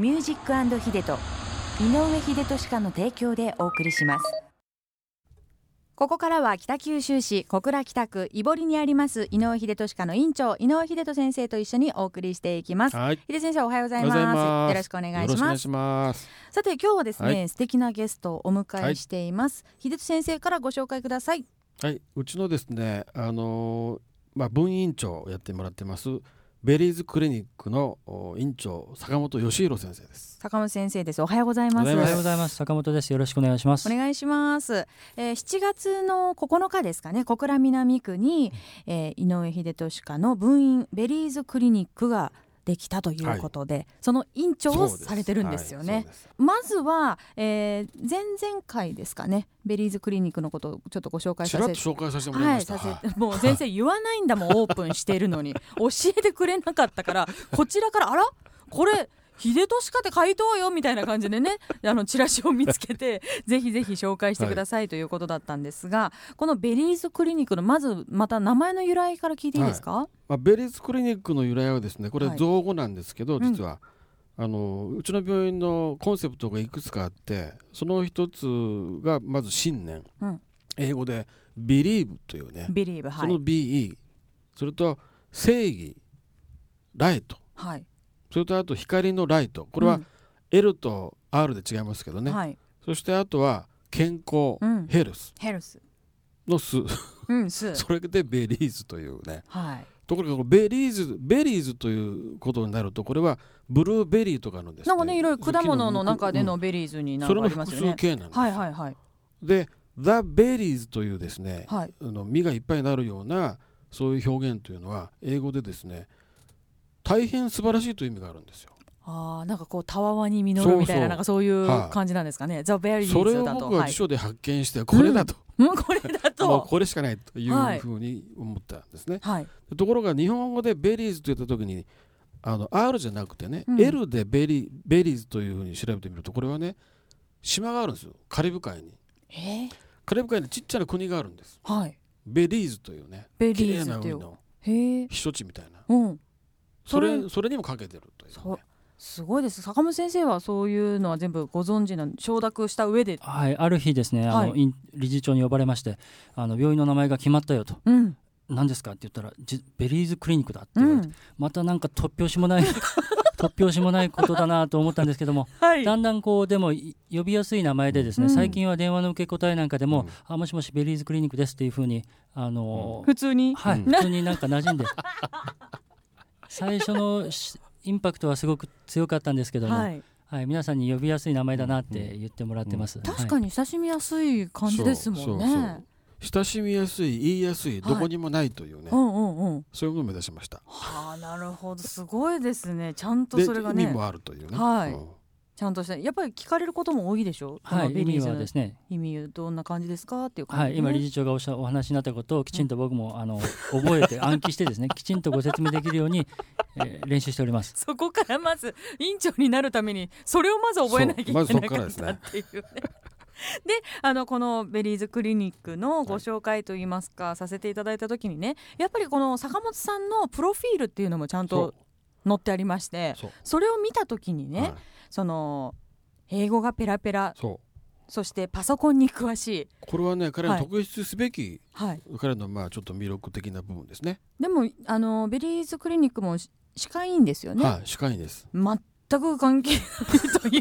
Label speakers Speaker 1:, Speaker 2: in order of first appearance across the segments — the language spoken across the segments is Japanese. Speaker 1: ミュージックヒデと井上秀俊家の提供でお送りしますここからは北九州市小倉北区井堀にあります井上秀俊家の院長井上秀俊先生と一緒にお送りしていきます
Speaker 2: はい。
Speaker 1: 秀先生おはようござい
Speaker 2: おはようござ
Speaker 1: ま
Speaker 2: いますす
Speaker 1: よろしくお願
Speaker 2: よ
Speaker 1: い
Speaker 2: ろ
Speaker 1: し
Speaker 2: しくお願
Speaker 1: ま
Speaker 2: い
Speaker 1: す
Speaker 2: します。
Speaker 1: さて今日はですね、
Speaker 2: は
Speaker 1: 素敵なゲストをお迎
Speaker 2: は
Speaker 1: え
Speaker 2: い
Speaker 1: しています、秀俊先生からご紹介ください
Speaker 2: はい、うちのですね、あのーまあ分院長をやってもらってます。ベリーズクリニックのお院長坂本義弘先生です。
Speaker 1: 坂本先生ですおはようございます
Speaker 2: おは
Speaker 3: お
Speaker 2: よ
Speaker 3: はようございます。坂本です。よろしくお願いします。
Speaker 1: お願いします、えー、7月の9日ですかね小倉南区に、えー、井上秀俊家の分院ベリーズクリニックができたということで、その院長を
Speaker 2: そう
Speaker 1: されてるんですよ
Speaker 2: はい
Speaker 1: ね
Speaker 2: そう、です
Speaker 1: まずは、えー、前々回ですかねベリーズクリニックのことをちょっとご紹介
Speaker 2: ち
Speaker 1: さ
Speaker 2: らっ
Speaker 1: せ
Speaker 2: と
Speaker 1: て
Speaker 2: 紹介させてもらい
Speaker 1: は
Speaker 2: ま
Speaker 1: い、
Speaker 2: した。
Speaker 1: さ
Speaker 2: はい
Speaker 1: せてもう先生言わないんだ もんオープンしているのに教えてくれなかったからこちらからあらこれ秀俊かって回答よみたいな感じでねあのチラシを見つけて ぜひぜひ紹介してくださいということだったんですが、このベリーズクリニックのまずまた名前の由来から聞いていいですか、
Speaker 2: まあベリーズクリニックの由来はですね、これ
Speaker 1: はい
Speaker 2: 造語なんですけど、
Speaker 1: うん
Speaker 2: 実は。あのうちの病院のコンセプトがいくつかあってその一つがまず信念、
Speaker 1: うん
Speaker 2: 英語で「believe」というね
Speaker 1: ビリーブは
Speaker 2: その
Speaker 1: い、
Speaker 2: BE それと正義ライト
Speaker 1: はい、
Speaker 2: それとあと光のライトこれ
Speaker 1: う
Speaker 2: は
Speaker 1: ん
Speaker 2: L と R で違いますけどね、
Speaker 1: はい
Speaker 2: そしてあとは健康、
Speaker 1: うん
Speaker 2: ヘルス
Speaker 1: ヘルス
Speaker 2: の巣
Speaker 1: うんス
Speaker 2: それでベリーズというね
Speaker 1: はい
Speaker 2: ところがこのベリーズベリーズということになるとこれはブルーベリーとかのですね
Speaker 1: なんかねいろいろ果物の中で
Speaker 2: う
Speaker 1: の
Speaker 2: ん
Speaker 1: ベリーズになん
Speaker 2: それ
Speaker 1: かあ
Speaker 2: の
Speaker 1: りま
Speaker 2: 複
Speaker 1: すよ
Speaker 2: 数
Speaker 1: ね
Speaker 2: 形なんです、
Speaker 1: はいはいはい
Speaker 2: で The Berries というですね、
Speaker 1: はい
Speaker 2: あの実がいっぱいになるようなそういう表現というのは英語でですね大変素晴らしいという意味があるんですよ。
Speaker 1: あーなんかこうたわわに実るみたいな
Speaker 2: そうそう
Speaker 1: なんかそういう
Speaker 2: はい
Speaker 1: 感じなんですかね、ザ・ベリ
Speaker 2: そ
Speaker 1: ー
Speaker 2: れ
Speaker 1: ズ
Speaker 2: を
Speaker 1: だと
Speaker 2: 僕は
Speaker 1: はい
Speaker 2: 辞書で発見してこれだと、
Speaker 1: うんこれだ
Speaker 2: もう
Speaker 1: と
Speaker 2: これしかないとい
Speaker 1: はいう
Speaker 2: ふうに思ったんですね。
Speaker 1: はい
Speaker 2: ところが日本語でベリーズと言った時にあの R じゃなくてね、
Speaker 1: うん
Speaker 2: L でベリベリーズというふうに調べてみるとこれはね島があるんですよカリブ海に。
Speaker 1: えー
Speaker 2: カリブ海にちっちゃな国があるんです。
Speaker 1: はい
Speaker 2: ベリーズというね
Speaker 1: ベ
Speaker 2: 綺
Speaker 1: リー
Speaker 2: 麗
Speaker 1: ズ
Speaker 2: な
Speaker 1: って
Speaker 2: 海
Speaker 1: いう
Speaker 2: の
Speaker 1: へえ
Speaker 2: 避暑地みたいな。
Speaker 1: うん
Speaker 2: そ
Speaker 1: そ
Speaker 2: れそれにもかけてるというね、
Speaker 1: そうすごいです坂本先生はそういうのは全部ご存知なん承諾した上で
Speaker 3: はい、ある日ですね、あの、
Speaker 1: はい
Speaker 3: 院理事長に呼ばれまして、あの病院の名前が決まったよと、
Speaker 1: うん
Speaker 3: 何ですかって言ったら、じベリーズクリニックだって
Speaker 1: う
Speaker 3: 言われて、
Speaker 1: ん
Speaker 3: またなんか突拍子もない 突拍子もないことだなと思ったんですけども、
Speaker 1: はい
Speaker 3: だんだんこうでもい呼びやすい名前でです
Speaker 1: う
Speaker 3: ね、
Speaker 1: ん
Speaker 3: 最近は電話の受け答えなんかでも、
Speaker 2: うん
Speaker 3: あもしもしベリーズクリニックですっていうふうにあの、
Speaker 1: 普通に
Speaker 3: はい、
Speaker 2: うん
Speaker 3: 普通になんか馴染 んで最初のしインパクトはすごく強かったんですけども、
Speaker 1: はい
Speaker 3: はい、皆さんに呼びやすい名前だなって言ってもらってます。
Speaker 1: 確か
Speaker 3: に、
Speaker 1: に親しみやすい感じですもん
Speaker 2: そうそうそ
Speaker 1: ね
Speaker 2: う親しみやすい言いやすいどこにもないというね、
Speaker 1: うんうんうん
Speaker 2: そういうものを目指しました。
Speaker 1: はあなるほどすごいですねちゃんと
Speaker 2: で
Speaker 1: それが
Speaker 2: 意味
Speaker 1: ね
Speaker 2: もあるというね。
Speaker 1: はい
Speaker 2: うん
Speaker 1: ちゃんとしてやっぱり聞かれることも多いでしょ
Speaker 3: はい、
Speaker 1: このベ
Speaker 3: 意
Speaker 1: リー
Speaker 3: 味
Speaker 1: ズ
Speaker 3: は
Speaker 1: の
Speaker 3: ですね、
Speaker 1: 意味どんな感じですかっていう感
Speaker 3: は
Speaker 1: じ
Speaker 3: い、
Speaker 1: でね、
Speaker 3: 今理事長がおっしゃお話しになったことをきちんと僕もあの覚えて 暗記してですね、きちんとご説明できるように、えー練習しております。
Speaker 1: そこからまず院長になるためにそれをまず覚えなきゃいけな
Speaker 2: そうまずそこか
Speaker 1: からっ
Speaker 2: です
Speaker 1: たっ
Speaker 2: ね
Speaker 1: ていうね。 であのこのベリーズクリニックのご紹介といいますか、させていただいた時にねやっぱりこの坂本さんのプロフィールっていうのもちゃんと載ってありまして
Speaker 2: そう
Speaker 1: それを見た時にね、
Speaker 2: はい
Speaker 1: その英語がペラペラ
Speaker 2: そう
Speaker 1: そしてパソコンに詳しい、
Speaker 2: これはね彼の
Speaker 1: はい
Speaker 2: 特筆すべき、
Speaker 1: はい、
Speaker 2: 彼のまあちょっと魅力的な部分ですね。
Speaker 1: でもあのベリーズクリニックもし歯科医院ですよね。
Speaker 2: はい歯科医です。
Speaker 1: 全く関係ない というかなんでこういう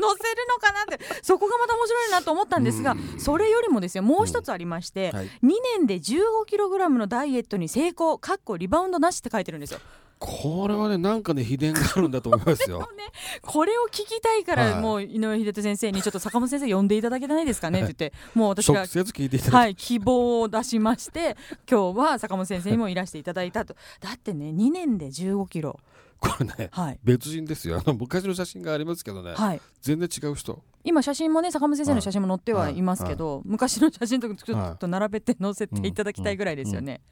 Speaker 1: のを載せるのかなってそこがまた面白いなと思ったんですが
Speaker 2: うん
Speaker 1: それよりもですよもう一つありまして、
Speaker 2: はい、
Speaker 1: 2年で1 5ラムのダイエットに成功かっこリバウンドなしって書いてるんですよ
Speaker 2: これはねなんかね秘伝があるんだと思いま すよ。
Speaker 1: これを聞きたいから、
Speaker 2: はい
Speaker 1: もう井上秀人先生にちょっと坂本先生呼んでいただけないですかねって言ってもう私が
Speaker 2: 直接聞いていただい
Speaker 1: はい、希望を出しまして今日は坂本先生にもいらしていただいたとだってね2年で1 5キロ
Speaker 2: て、これね
Speaker 1: はい
Speaker 2: 別人ですよ。あの昔の写真がありますけどね、
Speaker 1: はい
Speaker 2: 全然違う人。
Speaker 1: 今写真もね坂本先生の写真も載ってはいますけど、昔の写真とちょ
Speaker 2: はい
Speaker 1: っと並べて載せていただきたいぐらいですよね、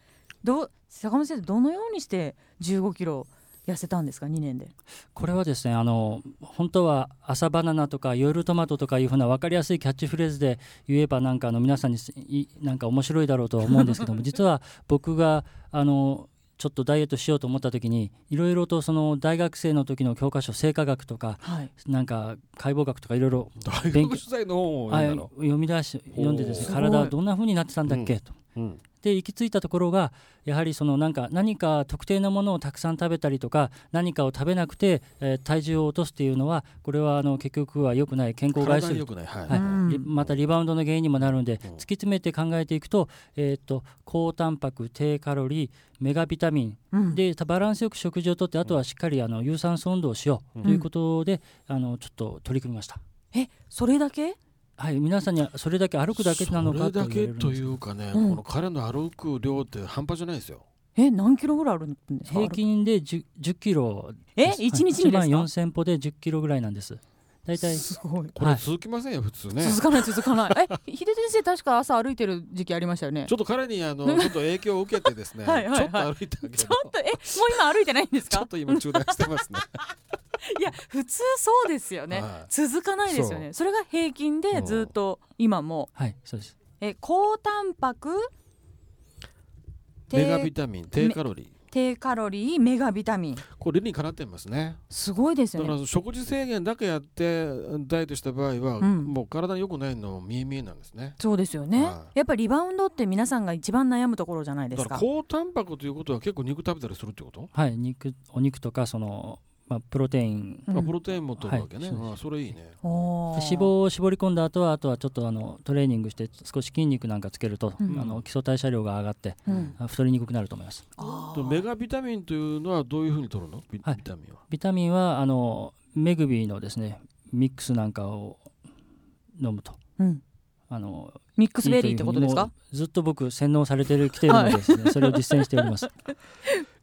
Speaker 1: どう坂本先生どのようにして1 5キロ痩せたんですか2年で
Speaker 3: これはですね、あの本当は朝バナナとか夜トマトとかいうふうな分かりやすいキャッチフレーズで言えばな んかあの皆さんにすいなんか面白いだろうとは思うんですけども、実は僕があの。ちょっとダイエットしようと思った時にいろいろとその大学生の時の教科書生化学とか
Speaker 1: はい。
Speaker 3: なんか解剖学とかいろいろ
Speaker 2: 大
Speaker 3: 勉
Speaker 2: 学
Speaker 3: 強
Speaker 2: 取材の本を
Speaker 3: あ
Speaker 2: 読んだの、
Speaker 3: 読み出し読んでですね
Speaker 1: ほう
Speaker 3: 体はどんな風になってたんだっけと。
Speaker 2: うん
Speaker 3: で行き着いたところがやはりそのなんか何か特定のものをたくさん食べたりとか何かを食べなくて、えー体重を落とすっていうのはこれはあの結局は良くない健康を害
Speaker 2: 体
Speaker 3: す
Speaker 2: に
Speaker 3: る
Speaker 2: 良くない、はい
Speaker 3: はい
Speaker 1: うん
Speaker 3: リまたリバウンドの原因にもなるんで
Speaker 2: うん
Speaker 3: 突き詰めて考えていくと,、えーっと高タンパク低カロリーメガビタミン
Speaker 1: うん、
Speaker 3: でバランスよく食事をとってあとはしっかりあの有酸素運動をしようということで、あのちょっと取り組みました。
Speaker 1: え、それだけ？
Speaker 3: はい、皆さんにはそれだけ歩くだけなのか
Speaker 2: それだけと
Speaker 3: い
Speaker 2: いううかね、
Speaker 1: うん
Speaker 2: この彼の歩く量って半端じゃないですよ。
Speaker 1: え、何キロぐらいあるんですか？
Speaker 3: 平均で 10, 10キロ
Speaker 1: え、一日にです
Speaker 3: 1
Speaker 1: か
Speaker 3: 万？4000歩で10キロぐらいなんです大体
Speaker 1: すごい。
Speaker 2: こ
Speaker 3: は
Speaker 2: れ
Speaker 3: い
Speaker 2: 続きませんよ、普通ね。
Speaker 1: 続かない続かない。え、ひ秀手先生確か朝歩いてる時期ありましたよね
Speaker 2: ち。ょっと彼 にあのちょっと影響を受けてですね、
Speaker 1: はいはいはい
Speaker 2: ちょっと歩いたけど、
Speaker 1: ちょっとえ、もう今歩いてないんです
Speaker 2: ちょ
Speaker 1: か
Speaker 2: っ？と今中断し てますね。
Speaker 1: いや普通そうですよね、
Speaker 2: はい
Speaker 1: 続かないですよねそれが平均でずっと今も
Speaker 3: はいそうです
Speaker 1: え高タンパク
Speaker 2: メガビ
Speaker 1: 低
Speaker 2: タミン、低カロリー。
Speaker 1: 低カロリーメガビタミン
Speaker 2: これ理にかなってますね。
Speaker 1: すごいです
Speaker 2: だ
Speaker 1: よ
Speaker 2: か
Speaker 1: ね
Speaker 2: ら食事制限だけやってダイエットした場合は、
Speaker 1: うん
Speaker 2: もう体に良くないの見え見えなんですね。
Speaker 1: そうですよね、
Speaker 2: はい
Speaker 1: やっぱりリバウンドって皆さんが一番悩むところじゃないで
Speaker 2: だ
Speaker 1: す
Speaker 2: か
Speaker 1: から
Speaker 2: 高タンパクということは結構肉食べたりするってこと？
Speaker 3: はい肉お肉とかその、まあ、プロテイン
Speaker 1: うん
Speaker 2: あプロテインも取るわけね。
Speaker 3: はいそう
Speaker 2: あそれいいね。
Speaker 1: おー
Speaker 3: 脂肪を絞り込んだ後はあとはちょっとあのトレーニングして少し筋肉なんかつけると、
Speaker 1: うん
Speaker 3: あの基礎代謝量が上がって
Speaker 1: うん
Speaker 3: あ太りにくくなると思います
Speaker 1: あ
Speaker 2: とメガビタミンというのはどういうふうに取るの？ビ,、
Speaker 3: はい
Speaker 2: タミンは。
Speaker 3: ビタミンはあのメグビーのですねミックスなんかを飲むと
Speaker 1: ーうん
Speaker 3: あの
Speaker 1: ミックスベリーってことです
Speaker 3: いい
Speaker 1: か
Speaker 3: というふうにもうずっと僕洗脳されてる来てるのでですね、それを実践してお ります
Speaker 2: い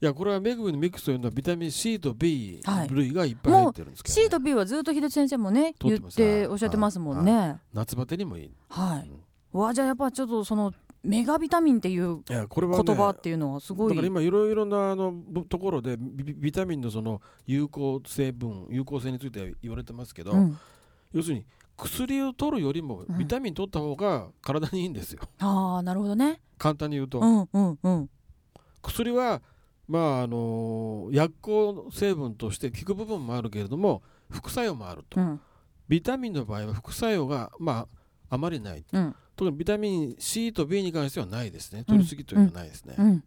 Speaker 2: やこれはメグビのミックスというのはビタミン C と B
Speaker 1: はい
Speaker 2: 類がいっぱい入ってるんですけど、ね
Speaker 1: C と B はずっと秀手先生もね言
Speaker 2: 取って
Speaker 1: っ
Speaker 2: ます
Speaker 1: ておっしゃってますもんね、
Speaker 2: 夏バテにもいい。
Speaker 1: はい、
Speaker 2: うん
Speaker 1: うわじゃあやっぱちょっとそのメガビタミンっていう
Speaker 2: いやこれはね。
Speaker 1: 言葉っていうのはすご
Speaker 2: だ
Speaker 1: い、
Speaker 2: から今いろいろなあのぶところでビビビタミンのその有効成分有効性について言われてますけど、
Speaker 1: うん、
Speaker 2: 要するに薬を取るよりも
Speaker 1: うん
Speaker 2: ビタミン取った方が体にいいんですよ、
Speaker 1: ああなるほどね
Speaker 2: 簡単に言うと、
Speaker 1: うんうんうん
Speaker 2: 薬はまああの薬効成分として効く部分もあるけれども副作用もあると、
Speaker 1: うん
Speaker 2: ビタミンの場合は副作用がまああまりない
Speaker 1: うん
Speaker 2: 特にビタミン C と B に関してはないですね取りすぎというのはないですね、
Speaker 1: うん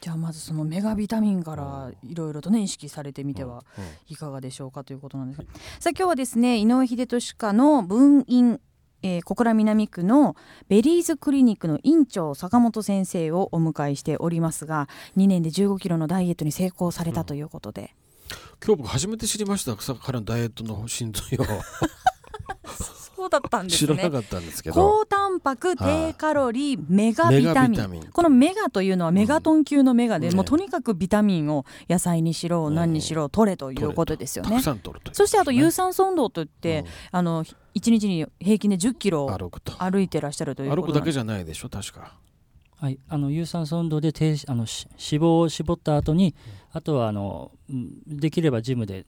Speaker 1: じゃあまずそのメガビタミンからいろいろとね意識されてみては
Speaker 2: うん
Speaker 1: いかがでしょうかということなんですがさあ今日はですね井上秀俊科の分院えー小倉南区のベリーズクリニックの院長坂本先生をお迎えしておりますが2年で1 5キロのダイエットに成功されたということで、
Speaker 2: 今日僕初めて知りました草からのダイエットの 真髄を
Speaker 1: そうだったん
Speaker 2: 知らなかったんですけど
Speaker 1: 高タンパク
Speaker 2: は
Speaker 1: 低
Speaker 2: い
Speaker 1: カロリーメガ
Speaker 2: メ
Speaker 1: ビ
Speaker 2: ガ
Speaker 1: タ
Speaker 2: ビ
Speaker 1: ミ
Speaker 2: タ
Speaker 1: ン
Speaker 2: ミン
Speaker 1: このメガというのはメガトン級のメガで、
Speaker 2: うん
Speaker 1: もうとにかくビタミンを野菜にしろ
Speaker 2: うん
Speaker 1: 何にしろ取れということですよ
Speaker 2: たく
Speaker 1: ね。
Speaker 2: さん取るという
Speaker 1: そしてあと有
Speaker 2: ス
Speaker 1: 酸素運動といって、あの1日に平均で1 0キロ
Speaker 2: 歩くと
Speaker 1: 歩いてらっしゃるというこ
Speaker 2: 歩
Speaker 1: となん
Speaker 2: くだけ
Speaker 1: です
Speaker 2: じゃないでしょ確か
Speaker 3: はい、あの有酸素運動で低あのし脂肪を絞った後に、あとはあのうんできればジムで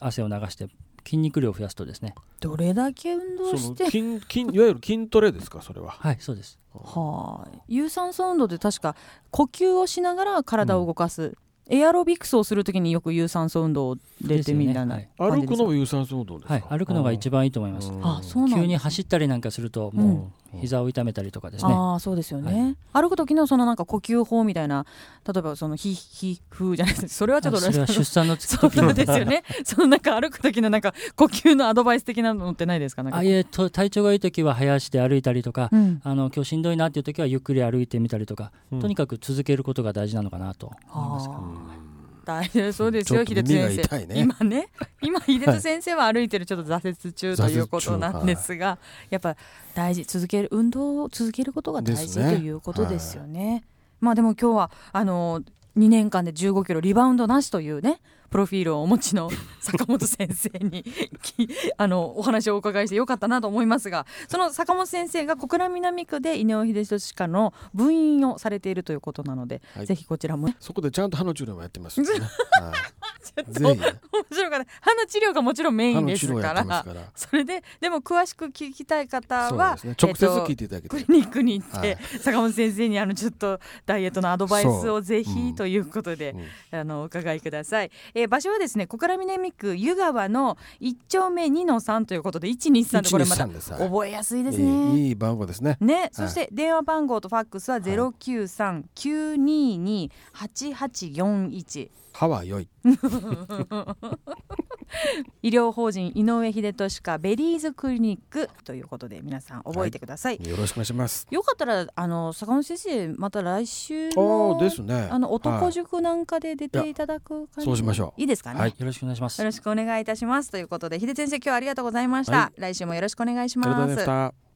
Speaker 3: 汗を流して筋肉量を増やすとですね、
Speaker 1: どれだけ運
Speaker 2: そ
Speaker 1: 動
Speaker 2: の
Speaker 1: して
Speaker 2: 筋筋いわゆる筋トレですかそれは
Speaker 3: はい、そうです。
Speaker 1: はあ有酸素運動で確か呼吸をしながら体を動かす、エアロビクスをするときによく有酸素運動出
Speaker 3: です
Speaker 1: て
Speaker 3: よね
Speaker 1: みたいな
Speaker 3: はい
Speaker 1: 感
Speaker 2: 歩
Speaker 1: じで
Speaker 2: く
Speaker 1: す
Speaker 2: の
Speaker 1: か、
Speaker 2: も有酸素運動ですか、
Speaker 3: はい、歩くのが一番いいと思います。
Speaker 2: うん
Speaker 1: あそうなん
Speaker 3: 急
Speaker 1: で
Speaker 3: に
Speaker 1: す
Speaker 3: 走ったりなんかすると、もう膝を痛めたりとかですね。
Speaker 1: ああそうですよね、歩く時のそのなんか呼吸法みたいな例えばそのひひふじゃないです それはちょっと
Speaker 3: それは出産の時
Speaker 1: そうそうですよ
Speaker 3: の。
Speaker 1: ねそのなんか歩く時のなんか呼吸のアドバイス的なのってないですかなん
Speaker 3: あ
Speaker 1: か
Speaker 3: あいうと体調がいい時は早足で歩いたりとか、
Speaker 1: うん
Speaker 3: あの今日しんどいなっていう時はゆっくり歩いてみたりとか、
Speaker 2: うん
Speaker 3: とにかく続けることが大事なのかなと思います。
Speaker 1: あ
Speaker 2: う
Speaker 1: ー
Speaker 2: ん
Speaker 1: 大丈夫そうですよ
Speaker 2: ちょっと
Speaker 1: 秀
Speaker 2: 耳が
Speaker 1: 津先
Speaker 2: 痛
Speaker 1: 生
Speaker 2: いね
Speaker 1: 今 ね今秀津先生は歩いてるちょっと挫折中ということなんですが、やっぱ大事続ける運動を続けることが大
Speaker 2: で
Speaker 1: 事
Speaker 2: すね
Speaker 1: ということですよねまあでも今日はあの2年間で1 5キロリバウンドなしというねプロフィールをお持ち の坂本先生にきあのお話をお伺いしてよかったなと思いますがその坂本先生が小倉南区で井上秀俊科の分院をされているということなので、
Speaker 2: はい
Speaker 1: ぜひこちらもね
Speaker 2: そこでちゃんと歯の治療もやってますんでね、はい
Speaker 1: ちょっと
Speaker 2: ぜ
Speaker 1: 面
Speaker 2: ひ
Speaker 1: 白かった歯の治療がもちろんメイ
Speaker 2: 歯
Speaker 1: ン
Speaker 2: の
Speaker 1: で
Speaker 2: 治
Speaker 1: す
Speaker 2: 療をや
Speaker 1: か
Speaker 2: って
Speaker 1: ら
Speaker 2: ますから
Speaker 1: それででも詳しく聞きたい方
Speaker 2: そう
Speaker 1: は、
Speaker 2: ですね直接
Speaker 1: えっと
Speaker 2: 聞いていただけた
Speaker 1: ク
Speaker 2: ら
Speaker 1: リニックに行って、
Speaker 2: はい
Speaker 1: 坂本先生にあのちょっとダイエットのアドバイス
Speaker 2: そ
Speaker 1: を
Speaker 2: う
Speaker 1: ぜ
Speaker 2: うん
Speaker 1: ひということで、
Speaker 2: うん
Speaker 1: あのお伺いください、えー場所はですね小倉南区湯川の1丁目2の3ということで123とこれまた
Speaker 2: 123ですはい
Speaker 1: 覚えやすいです
Speaker 2: い
Speaker 1: ね。
Speaker 2: いいい番号ですね
Speaker 1: ね、そして電話番号とファックスは093-922-8841、
Speaker 2: 歯は良い
Speaker 1: 医療法人井上秀俊かベリーズクリニックということで皆さん覚えてください、
Speaker 2: よろしくお願いします
Speaker 1: よかったらあの坂本先生また来週
Speaker 2: あ
Speaker 1: の
Speaker 2: あですね
Speaker 1: あの男
Speaker 2: はい
Speaker 1: 塾なんかで出ていただく感じ、
Speaker 2: そうしましょう
Speaker 1: いいですかね、
Speaker 2: はい
Speaker 3: よろしくお願いします
Speaker 1: よ。ろしくお願いいたしますということで秀先生今日はありがとうございました、
Speaker 2: は
Speaker 1: 来週もよろしくお願いし
Speaker 2: ありがとう
Speaker 1: ま
Speaker 2: ございますした